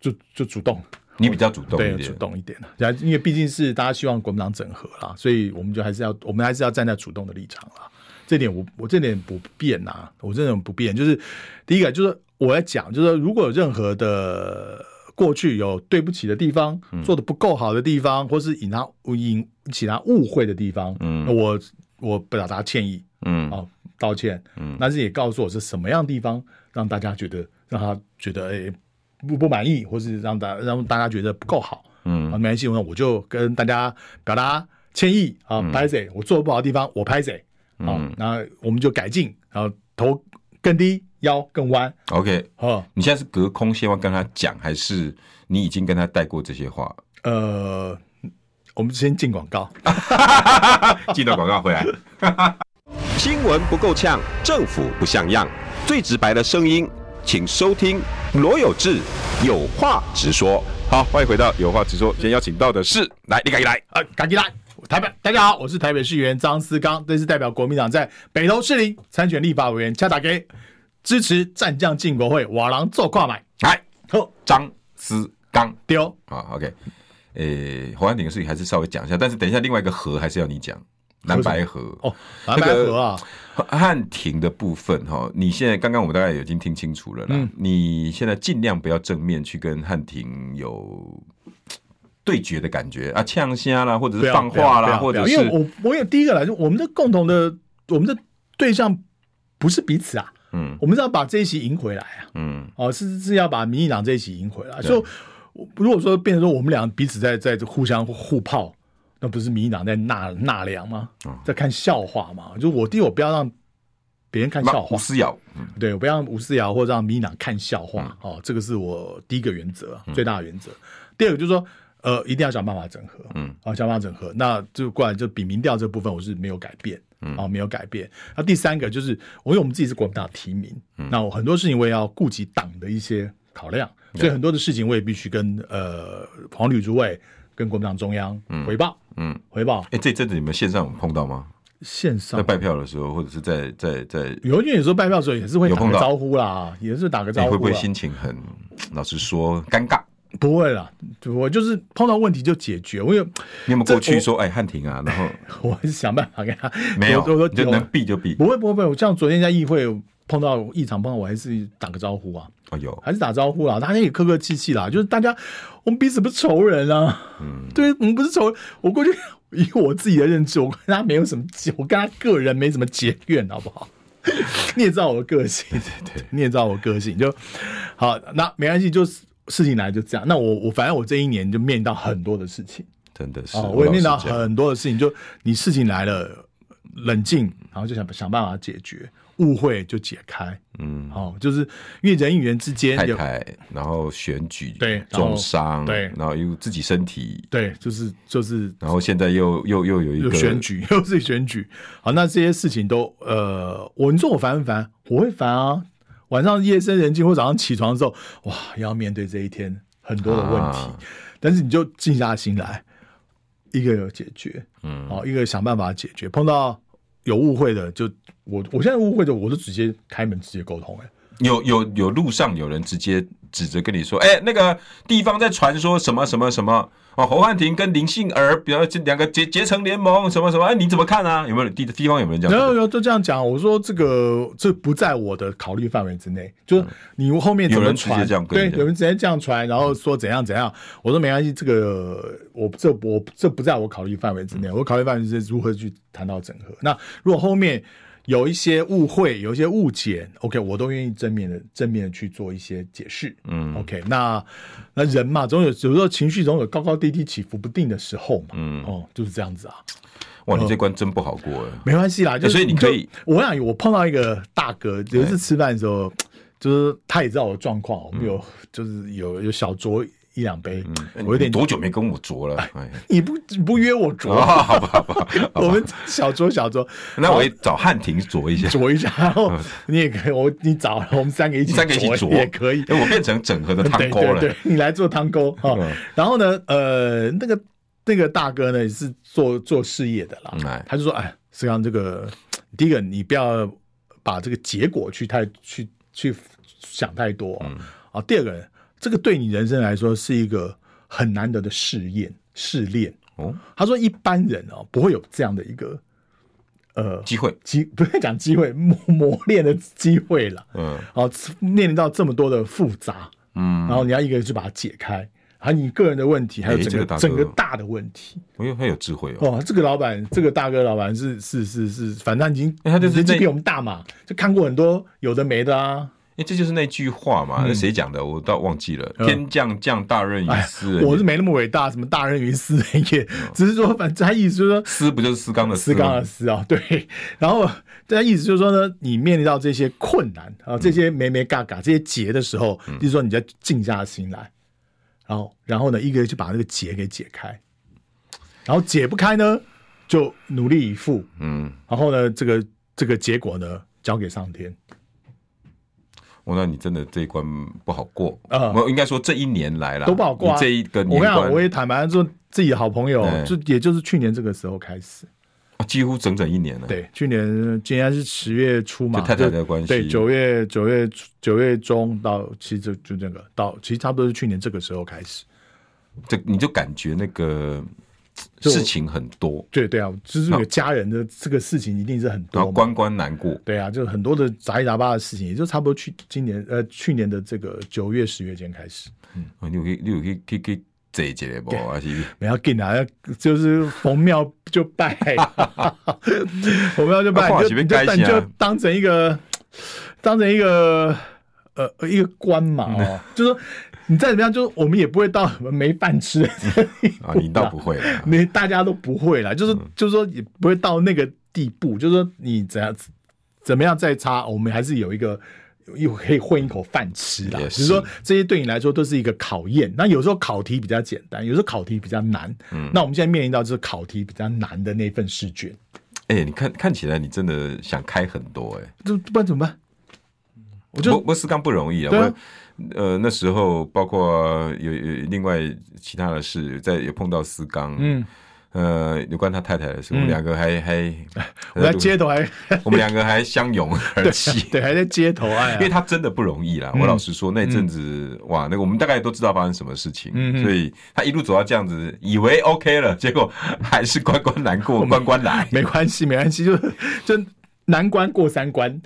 就就主动，
你比较主动一
对，主
点。
动一点的。然后，因为毕竟是大家希望国民党整合啦，所以我们就还是要，我们还是要站在主动的立场啦。这点我我这点不变呐、啊我这点不变。就是第一个，就是我在讲，就是说如果有任何的过去有对不起的地方，
嗯
做的不够好的地方，或是引他引起他误会的地方，
嗯
那我我表达歉意，
嗯，
哦，道歉，
嗯
但是也告诉我是什么样的地方让大家觉得让他觉得诶、不不满意，或是让大让大家觉得不够好，
嗯
啊，没关系，那我就跟大家表达歉意啊，
嗯
拍谁、哦我做的不好的地方我拍谁，啊，那我们就改进，然后头更低腰更弯。
OK，
哦，
你现在是隔空希望跟他讲，还是你已经跟他带过这些话了？
呃，我们先进广告。
记得广告回来。
(laughs) 新闻不够呛，政府不像样，最直白的声音，请收听罗有志有话直说。
好，欢迎回到有话直说。今天邀请到的是，来，你赶紧来。
呃，赶紧来，台北大家好，我是台北市议员张思刚，这是代表国民党在北投市林参选立法委员，恰打给支持战将进国会，瓦郎做跨买，
来，
好
张思刚
丢
啊，OK，诶、侯安鼎的事情还是稍微讲一下，但是等一下另外一个和还是要你讲蓝白河
哦，蓝白河啊，
汉庭的部分哈，你现在刚刚我们大概已经听清楚了啦，
嗯
你现在尽量不要正面去跟汉庭有。对决的感觉啊，呛虾啦，或者
不
是
要
放话
不
啦，
要不
或
要
者
因为
是
我我有第一个来说，我们的共同的我们的对象不是彼此啊，
嗯
我们是要把这一席赢回来啊，
嗯，
哦，是是要把民进党这一席赢回来，所以我如果说变成说我们俩彼此在在互相互泡，那不是民进党在纳纳凉吗
嗯？
在看笑话嘛？就我第一我不要让别人看
那
笑
胡
话，
思瑶，嗯
对，我不要让吴思瑶或者让民进党看笑话，哦，这个是我第一个原则，啊
嗯
最大的原则。第二个就是说，呃，一定要想办法整合，
嗯，
啊，想办法整合，那就过来就比民调这部分我是没有改变，嗯，啊，没有改变。那第三个就是，我因为我们自己是国民党提名，
嗯
那我很多事情我也要顾及党的一些考量，所以很多的事情我也必须跟呃黄旅主委跟国民党中央回报，
嗯，
回报
哎、这阵子你们线上有碰到吗？
线上
在拜票的时候，或者是在在在
有人有时候拜票的时候也是会
有
打
碰
个
到
招呼啦，也是打个招
你
呼啦。啊
会不会心情很，老实说尴尬？
不会啦，我就是碰到问题就解决，我有
你有没有
这
过去
我
说，哎，汉庭啊，然后
(laughs) 我是想办法给他。
没有，
我我
你就
我
能避就避。
不会不会不会，我像昨天在议会碰到异常碰到，我还是打个招呼啊，
哦，有，
还是打招呼啦，大家也客客气气啦，就是大家我们彼此不是仇人啊，
嗯，
(laughs) 对我们不是仇人，我过去 (laughs) 以我自己的认知，我跟他没有什么结，我跟他个人没什么结怨，好不好？ (laughs) 你也知道我的个性，
对对，
你也知道我个性，就好，那没关系，就是事情来就这样。那我我反正我这一年就面到很多的事情。
真的是，
哦，我也
老实
面到
讲
很多的事情，就你事情来了，冷静，然后就想想办法解决，误会就解开。
嗯，
哦，就是因为人与人之间
太
有
太，然后选举，
对然后
重伤，
对
然后又自己身体，
对，就是就是
然后现在又又又有一
有
个
选，举， (laughs) 又是选举。好，那这些事情都呃，我你说我烦不烦？我会烦啊。晚上夜深人静或早上起床的时候，哇，要面对这一天很多的问题，
啊
但是你就静下心来，一个有解决，
嗯，
哦，一个想办法解决。碰到有误会的，就我我现在误会的，我都直接开门直接沟通、欸。
有有有路上有人直接指着跟你说，哎，那个地方在传说什么什么什么。哦，侯汉廷跟林杏儿，比如这两个结结成联盟，什么什么？哎，你怎么看啊？有没有地地方有没有人这
然
样
后
觉得？
有都这样讲，我说这个这不在我的考虑范围之内，就是你后面怎
嗯有
么
人直接
传，
这样跟
对，
你讲嗯
有人直接这样传，然后说怎样怎样，我说没关系，这个我这我这不在我考虑范围之内，
嗯
我考虑范围是如何去谈到整合。那如果后面有一些误会，有一些误解，OK，我都愿意正面的正面的去做一些解释，
嗯
，OK，那那人嘛，总有有时候情绪总有高高低低起伏不定的时候嘛，
嗯
哦，就是这样子啊。
哇，你这关真不好过哎。
没关系啦，就是、
所以你可以哎
就，我想我碰到一个大哥，有一次吃饭的时候，就是他也知道我的状况，我
嗯
们有、就是有有小酌一两杯，我有点
哎你多久没跟我酌了？哎，
你不你不约我酌，
哦，好吧，好吧，
(laughs) 我们小酌小酌， (laughs)
那我也找汉庭酌一下，
酌一下，然后你也可以，我你找我们三个一起
嗯三个一起酌
也可以。
哎，我变成整合的汤锅了。
对对对，你来做汤沟啊、哦
嗯
然后呢，呃，那个那个大哥呢也是做做事业的啦，
嗯哎
他就说，哎，实际上这个第一个你不要把这个结果去太去去想太多、
嗯
啊。第二个，这个对你人生来说是一个很难得的试验试炼。
哦，
他说一般人哦不会有这样的一个呃
机会，
机，不是讲机会磨磨练的机会了。
嗯
哦，面临到这么多的复杂，
嗯，
然后你要一个一个去把它解开，还有你个人的问题，还有
哎
整
这
个、
个大哥
整个大的问题。
我又很有智慧哦。
哦，这个老板，这个大哥老板是是是是，反正已经
哎他就是
年纪
那
比我们大嘛，就看过很多有的没的啊。
哎，这就是那句话
嗯
嘛，那谁讲的？我倒忘记了。天降降大任于斯人，
哎我是没那么伟大，什么大任于斯人也，
哦
只是说，反正他意思就是说，
斯不就是斯纲的
斯
吗
刚而斯
嗯
啊，对。然后他意思就是说呢，你面临到这些困难啊，这些没没嘎嘎这些结的时候，
嗯
就是说你就要静下心来，然后然后呢，一个一个去把这个结给解开，然后解不开呢，就努力以赴，
嗯，
然后呢，这个这个结果呢，交给上天。
我哦那你真的这一关不好过。
啊
我应该说这一年来了
都不好过啊
你这一个
我跟你
年关
讲，我也坦白说，自己的好朋友
哎，
就也就是去年这个时候开始，
哦几乎整整一年了。，
对，去年今天是十月初嘛，
就太太的关系
对，九月九月九月中到，其实就就这个到，其实差不多是去年这个时候开始。
这你就感觉那个
就
事情很多，
对对啊，就是有家人的这个事情一定是很
然
多
后
嘛。
关关难过。
对啊，就很多的杂七杂八的事情，也就差不多去今年呃去年的这个九月十月间开始。
哦你有去，你有去去去坐一下不？还是
不要紧啊，就是逢庙就拜，逢庙就拜，
啊
你
看
就
起
你
来
就
开
你
心
就
啊
当成一个，当成一个呃呃一个官嘛哦，就是说你再怎么样，就是我们也不会到什么没饭吃的地步
啊？你倒
啦
不会啦
你大家都不会啦，就是就是说也不会到那个地步，就是说你怎样怎么样再差，我们还是有一个又可以混一口饭吃啦。
也是
只是说这些对你来说都是一个考验。那有时候考题比较简单，有时候考题比较难。嗯，那我们现在面临到就是考题比较难的那份试卷，
哎、你看看起来你真的想开很多哎、
这不然怎么办？我
不
就
不是刚不容易啊，
对啊
我呃那时候包括有有另外其他的事，在有碰到思刚，
嗯，
呃有关他太太的事，我们两个还还
(laughs) 我在街头还。
(laughs) 我们两个还相拥而泣
(laughs) 对啊嗯还在街头哎、啊
因为，他真的不容易啦，我老实说，那阵子哇，那个我们大概都知道发生什么事情，
嗯
所以他一路走到这样子，以为 OK 了，结果还是关关难过关关来。
没关系没关系，就就难关过三
(laughs)
关，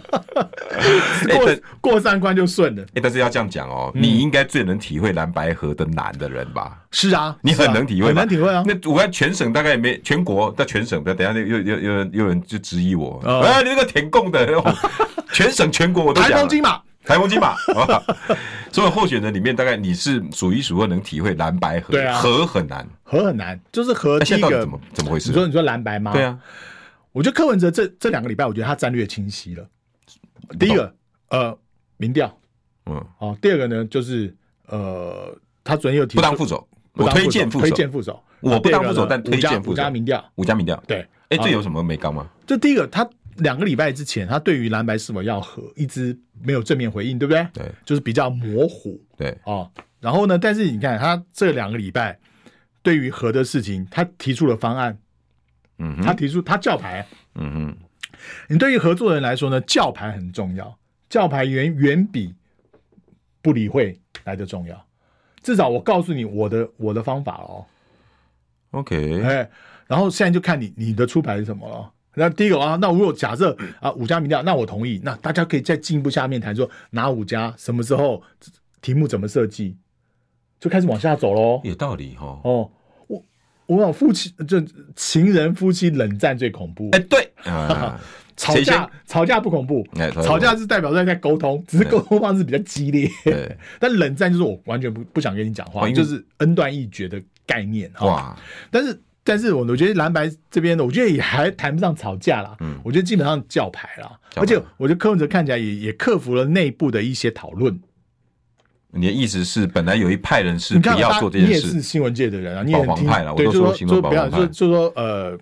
哎
过
但
过三关就顺了。
哎、但是要这样讲哦、
嗯
你应该最能体会蓝白河的难的人吧？
是啊，
你
是啊
很能体会吧，
很能体会啊。
那我看全省大概也没全国，但全省，等一下又又又又人又有人就质疑我，
哦
啊，你这个舔共的， (laughs) 哦全省全国我都
台
讲
风
了。
金马，
台风金马，啊所以候选人里面，大概你是数一数二能体会蓝白河，
对啊
河很难。
和很难，就是和
那
第
哎现
一
在到底
个
怎么怎么回
你说
事？
你说蓝白吗？
对，啊，
我觉得柯文哲这这两个礼拜，我觉得他战略清晰了。第一个，呃，民调
嗯，
哦，第二个呢，就是呃，他昨天又提出
不当副手，
不
我
当
推荐副
推
手，
荐副手，
我不当副手
第二个呢
但推荐
五家
副手
五家啊民调，
五家民调。
对，
哎，这有什么没刚吗？
就第一个，他两个礼拜之前，他对于蓝白是否要和一直没有正面回应，对不对？
对
就是比较模糊。
对，
哦，然后呢，但是你看他这两个礼拜对于核的事情，他提出了方案，
嗯
他提出他叫牌。
嗯哼，
你对于合作人来说呢，叫牌很重要，叫牌远远比不理会来的重要。至少我告诉你我的我的方法哦，
OK，
哎，然后现在就看你你的出牌是什么了。那第一个啊，那如果假设啊五家民调，那我同意，那大家可以再进一步下面谈说哪五家，什么时候，题目怎么设计，就开始往下走喽。
有道理哈。
哦，我我讲夫妻就情人夫妻冷战最恐怖，
哎，对
(laughs)
啊，
吵
谁
架吵架不恐怖，
哎吵架
吵架是代表在在沟通，只是沟通方式比较激烈，
对，
但冷战就是我完全不不想跟你讲
哦
话，
因为
就是恩断义绝的概念哈。
哇，
但是但是我我觉得蓝白这边的，我觉得也还谈不上吵架啦，嗯，我觉得基本上叫牌啦，
叫牌
而且我觉得柯文哲看起来也也克服了内部的一些讨论，
你的意思是，本来有一派人是
你
不
看啊
要
他
做这
你
件
也
事
是，新闻界的人啊，你也
保
很
皇
听
派啦我
对，
都
就
说
说
新闻
就
保
不要
皇派
就就说呃，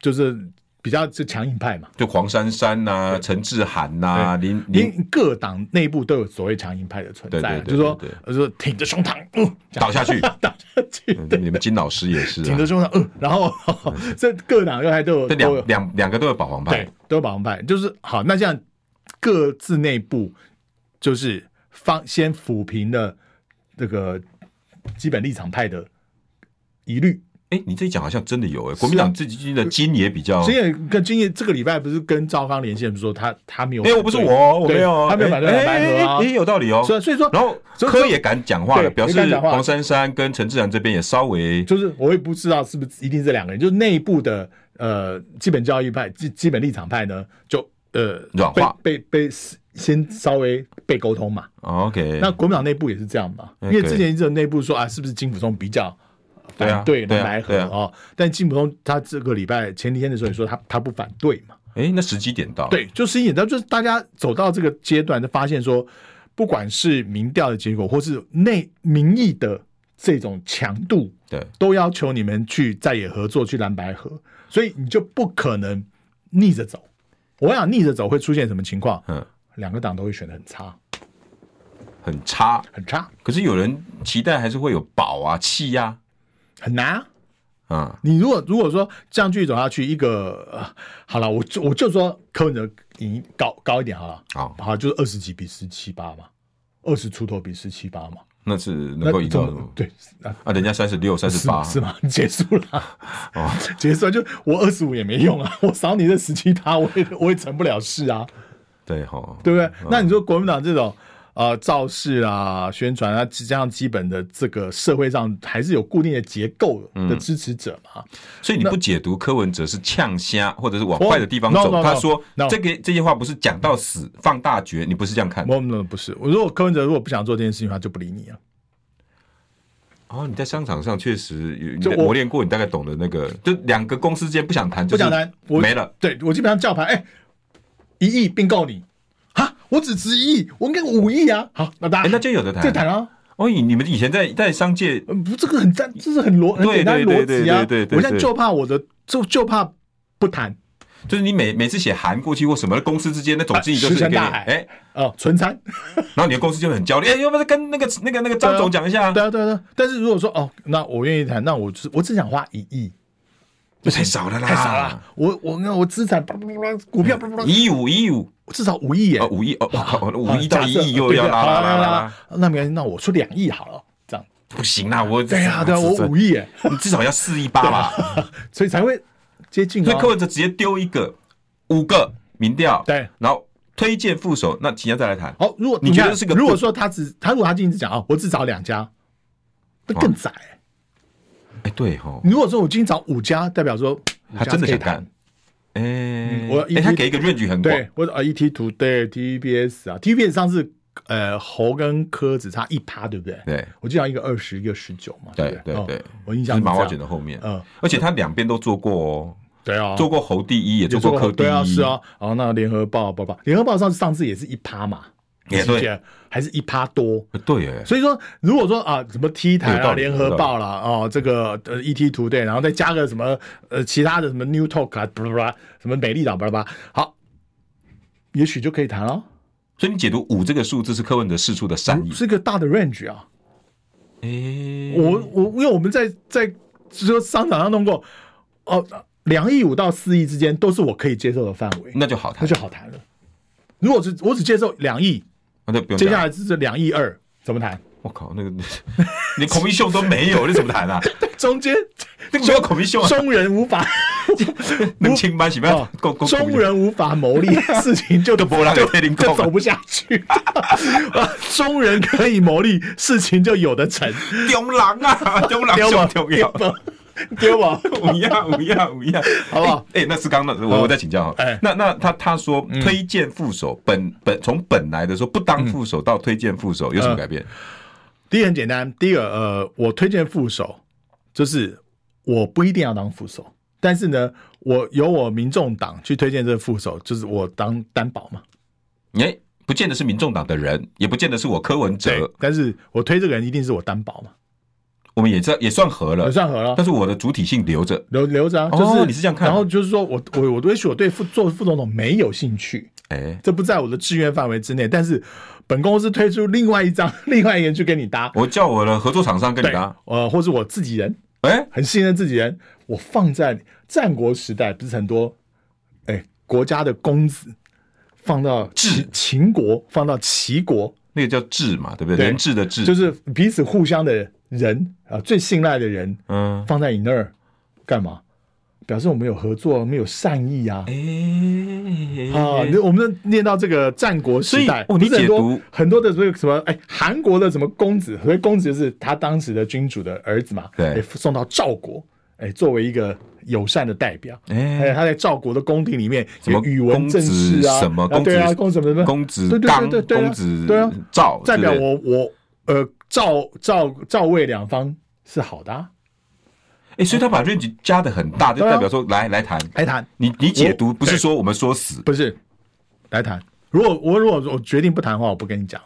就是比较就强硬派嘛。
就黄珊珊呐、陈志涵呐、林
因 (laughs)
林
为各党内部都有所谓强硬派的存在啊，
对对对
就是说
对对，
呃说挺着胸膛，嗯，这样
倒下去，
(laughs) 倒下去，
嗯你们金老师也是
挺
啊
着，胸膛，嗯，然后 (laughs) 这各党又还都有
这
都有
两两两个都有保皇派
对，都有保皇派，就是好，那这样各自内部就是方先抚平了这个基本立场派的疑虑，
哎、你这一讲好像真的
啊
有哎、国民党自己进的金也比较，
今夜跟今夜这个礼拜不是跟赵刚连线说他他没有
哎、
反对，
我不是我哦，我
对
没有哦，
他没有反对蓝白
哎
合啊
哎哎有道理哦。
所以所以说
然后
所以
柯
说
也敢讲话
对
了，表
也敢
示
讲话
黄珊珊跟陈志涵这边也稍微
就是我也不知道是不是一定这两个人，就是内部的呃基本教育派、基基本立场派呢，就呃
软化
被被被先稍微被沟通嘛。
OK，
那国民党内部也是这样嘛，因
OK
为之前一直有内部说啊，是不是金溥聪比较
嗯对啊
反对
对啊
蓝白合
对啊
哦？但金溥聪他这个礼拜前天的时候也说他他不反对嘛，
哎，那时机点到，，
对，就是一点，但就是大家走到这个阶段，就发现说，不管是民调的结果，或是内民意的这种强度，
对
都要求你们去在野合作，去蓝白合，所以你就不可能逆着走。我想逆着走会出现什么情况？
嗯，
两个党都会选的很差，
很差。
很差，
可是有人期待还是会有保啊、气呀、
很难、啊。
啊，
你如果如果说这样继续走下去，一个、呃好了，我就我就说柯文哲赢高高一点好了，
好，
好就是二十几比十七八嘛，二十出头比十七八嘛，
那是能
那
够赢到
怎
什
么
么？
对，啊
啊，人家三十六、三十
是
八，
是吗？ (laughs) 结束了，
哦，
(laughs) 结束了，就我二十五也没用啊， (laughs) 我少你这十七趴，我也我也成不了事啊，
对哈，
对不对？那你说国民党这种呃造势啊、宣传啊，加上基本的这个社会上还是有固定的结构
嗯
的支持者嘛，
所以你不解读柯文哲是呛虾，或者是往坏的地方走。
哦，no，no，no，
他说
no
这个这些话不是讲到死放大决，你不是这
(laughs)
样看。
我们不是，我如果柯文哲如果不想做这件事情，他就不理你啊。
哦，你在商场上确实有你
就
在
我
磨练过，你大概懂得那个，就两个公司之间不想谈，
不想谈，
就
我
是没了。。
对我基本上叫牌，哎、一亿并购你，哈，我只值一亿，我应该五亿啊。好，那大
哎
家、，
那就有的谈。
这谈啊。
哦，你你们以前在在商界，
嗯，不，这个很赞，这是很逻很
对
简单的
对
逻
对
辑啊。
对对对对
我现在就怕我的，就就怕不谈
就是你每每次写函过去或什么，公司之间那总经理就是
石沉
给你
大海
哎，
啊、呃纯
(laughs)
参。
然后你的公司就很焦虑，哎，要不要跟那个那个那个张总讲一下？
对啊，对啊，对啊。但是如果说哦，那我愿意谈，那我只我只想花一亿，
这太少了啦，
太少了。，我我那我资产，股票，
啊一五一五
至少五亿耶
哦，。五亿哦，好五
啊
亿到
假
一
设
亿又
对
要
对
拉
好
拉拉拉
啦
拉。
那没关系，那我出两亿好了，这样。
不行啦，我
对呀、啊，对啊，
这
我啊
这
五亿耶，
你至少要四亿八吧？
所以才会接近、
所以柯
哦。
文哲直接丢一个五个民调，
对，哦
然后推荐副手，那其他再来谈。
好，如果
你觉得
看
是个
如果说他只他如果他今天只讲啊，我只找两家，那更窄、
哎，对吼，
你如果说我今天找五家，代表说五
他
家
真的
可以
想
谈嗯
干。哎，
我一
哎，他
一
给一个 range 很广
对，，或者啊 ET Today、TBS 啊，TBS 上次呃猴跟柯只差一趴，对不对？
对，
我记得一个二十，一个十九嘛。
对
不
对
哦
对
我印
就
象是
是
这
马
样
化卷的后面，
嗯，
而且他两边都做过哦，
对啊，
做过侯第一，也
有
做过柯第
对啊，
一，
是啊，，然后那联合报，报报，联合报上上次也是一趴嘛，
也对
记不记得，还是一趴多。
哎对哎，
所以说，如果说啊，什么 T 台
有道
啊、
理
联合报啦，哦，这个呃 ET Today，然后再加个什么呃其他的什么 New Talk 啊，巴拉巴拉，什么美丽岛，巴拉巴拉，好，也许就可以谈了，
所以你解读五这个数字是柯文哲释出的善意，
是个大的 range 啊。
哎，
我我因为我们在在就是说商场上弄过，哦，两亿五到四亿之间都是我可以接受的范围，
那就好
那
谈，
就好谈了。如果是我只接受两亿，
那就不用
接
讲
下来是这两亿二，怎么谈？
我靠，那个 (laughs) 连孔明秀都没有，你怎么谈
(laughs)
啊？
中间
那个没有孔明秀啊，
中人无
(laughs)
法，
能清班是不
哦
要够够
中人无法谋
(laughs)
利，事情就
就没人
就
可以领
就
控
走不下去。
(laughs)
中人可以谋利，事情就有的成。
中狼啊，中狼
丢吧
就重要，
丢吧，
五样五样五样，
好不好？
哎、那是刚那我我再请教哈，
哎嗯
那那他他说推荐副手本本从本来的说不当副手到推荐副手有什么改变？
第一很简单，第一个呃，我推荐副手，就是我不一定要当副手，但是呢，我由我民众党去推荐这个副手，就是我当担保嘛。嗯
哎、不见得是民众党的人，也不见得是我柯文
对
哲，，
但是我推这个人一定是我担保嘛，
我们也知道也算合了
我，算合了
但。是我的主体性留着。
留留着啊，
哦
就是、
你是这样看的
然后就是说我我我也许我对副做副总统没有兴趣，
哎、
这不在我的志愿范围之内，但是本公司推出另外一张 (laughs) 另外一个人去跟你搭，
我叫我的合作厂商跟你
对
搭，，
呃，或是我自己人
哎、
很信任自己人，我放在战国时代不是很多，哎，国家的公子放到秦秦国，放到齐国，
那个叫智嘛，对不对？
对
人智的智，
就是彼此互相的人啊、最信赖的人
嗯，
放在你那儿干嘛？表示我们有合作，我们有善意啊。啊，
哎，
那我们念到这个战国时代，
所以哦你
不是很多
解读
很多的这个什么，哎，韩国的什么公子，所谓公子就是他当时的君主的儿子嘛，
对
哎送到赵国，哎，作为一个友善的代表，还有
哎，
他在赵国的宫廷里面，
什么
有宇文
公
正
子
式啊，
什么
啊
公
对啊，
子
公子什么什么
公子
对对
刚
对对、对啊
公子
对啊
赵，
代表
对不对
我我呃赵赵赵魏两方是好的、啊，
哎，所以他把 range 加的很大，就
对啊
代表说来来谈，
来谈
你你解读
我
不是说我们说死，
不是来谈。如果我如果我决定不谈的话，我不跟你讲。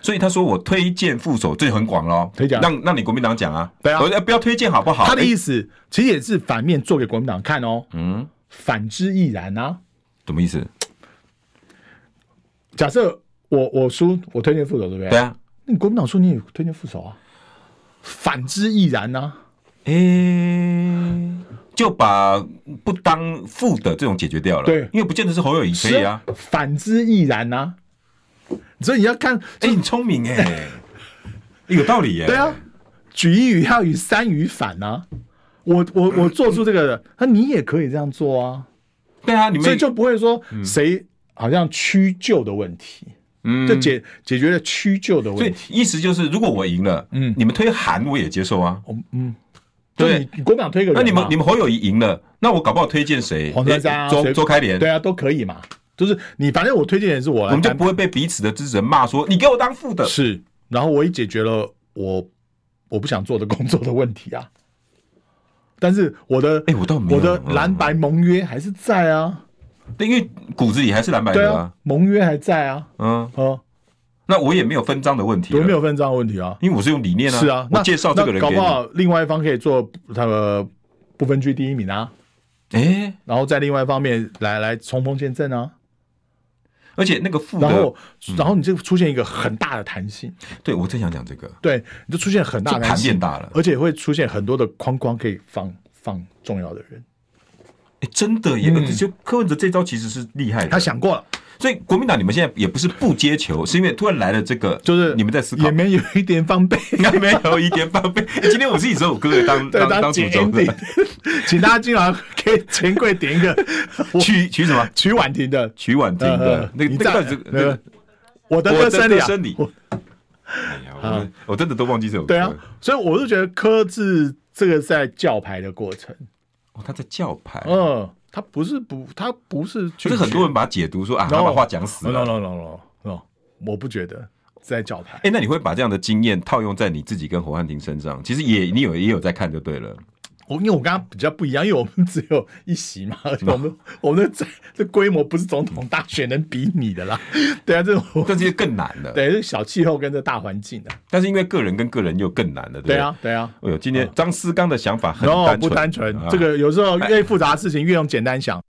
所以他说我推荐副手，这就很广喽，
推荐啊
让让你国民党讲啊，
对啊
我说哎不要推荐好不好？
他的
哎
意思其实也是反面做给国民党看哦，
嗯，
反之亦然啊。
什么意思？
假设我我输，我推荐副手，对不对？
对。啊，
那你国民党输，你也推荐副手啊？反之亦然呐、啊。
诶，就把不当副的这种解决掉了，
对
因为不见得是侯友谊可以啊，
是，反之亦然呐、啊。所以你要看，
哎，你聪明哎，
(laughs)
哎有道理耶，
对啊，举一与要与三与反呐、啊。我我我做出这个，那你也可以这样做啊，
对啊，你
所
们
以就不会说谁好像屈就的问题，
嗯
就解解决了屈就的
所
问
以
题。
意思就是，如果我赢了，嗯
嗯，
你们推韩我也接受啊。
嗯嗯，就
对
你你国民党推一个人
那
嘛，
你们你们侯友谊赢了，那我搞不好推荐谁？
黄珊珊啊
诶周
谁
周开莲，
对啊都可以嘛，就是你反正我推荐也是我
我
来
们就
担
不会被彼此的支持人骂说你给我当副的。
是，然后我也解决了我我不想做的工作的问题啊。但是我的
哎我倒没有
我的
嗯
蓝白盟约还是在啊，
对，因为骨子里还是蓝白
对
的
啊
啊。，
盟约还在啊，
嗯，
哦，
那我也没有分赃的问题
有没
了，
有分赃的问题啊？
因为我是用理念啊。
是啊，
我
那
介绍这个人
那搞
给
不
你。
好另外一方可以做他的不分区第一名啊，
哎，
然后在另外一方面来来冲锋陷阵啊，
而且那个副
然
的
后，
嗯
然后你就出现一个很大的弹性，
对我正想讲这个，
对，你就出现很大
这
的弹
盘
性
变，大了。
而且会出现很多的框框可以放放重要的人。
哎，真的耶！
嗯
就柯文哲这招其实是厉害
(laughs) 他
的，
想过了，
所以国民党你们现在也不是不接球，是因为突然来了这个，
就是
你们在思考
也。没有一点防备。
应该没有一点防备。欸 (laughs) 今天我是以这首歌
(laughs)
当
对，
当当主
请
轴的，
(laughs) 请大家今晚给钱柜点一个
(laughs)
(laughs)
曲曲什么？
曲婉婷的《
曲婉婷的
呃
那个
你在
那个
嗯
到底是那
那
个
个？我的
我
歌
的
声
歌
里》啊
声里。哎呀，我我真的都忘记这首歌。
对啊，所以我就觉得柯志这个是在教牌的过程，
哦，他在教牌，
嗯，他不是不，他不是拒绝，
就是很多人把它解读说啊，
No
他把话讲死
no no
了。
no no no no，我不觉得是在教牌。
哎，那你会把这样的经验套用在你自己跟侯汉廷身上？其实也你有也有在看就
(laughs)
对了。
我因为我跟他比较不一样，因为我们只有一席嘛，而且我 (laughs) 们我们的这这规模不是总统大选能比拟的啦。对啊，这种
但是更难了，
(laughs) 对是小气候跟这大环境的。啊
但是因为个人跟个人又更难了，对不
对啊，，对啊。
哎呦，今天张思刚的想法很
然后
单纯，
不单纯哎
啊，
这个有时候越复杂的事情越用简单想。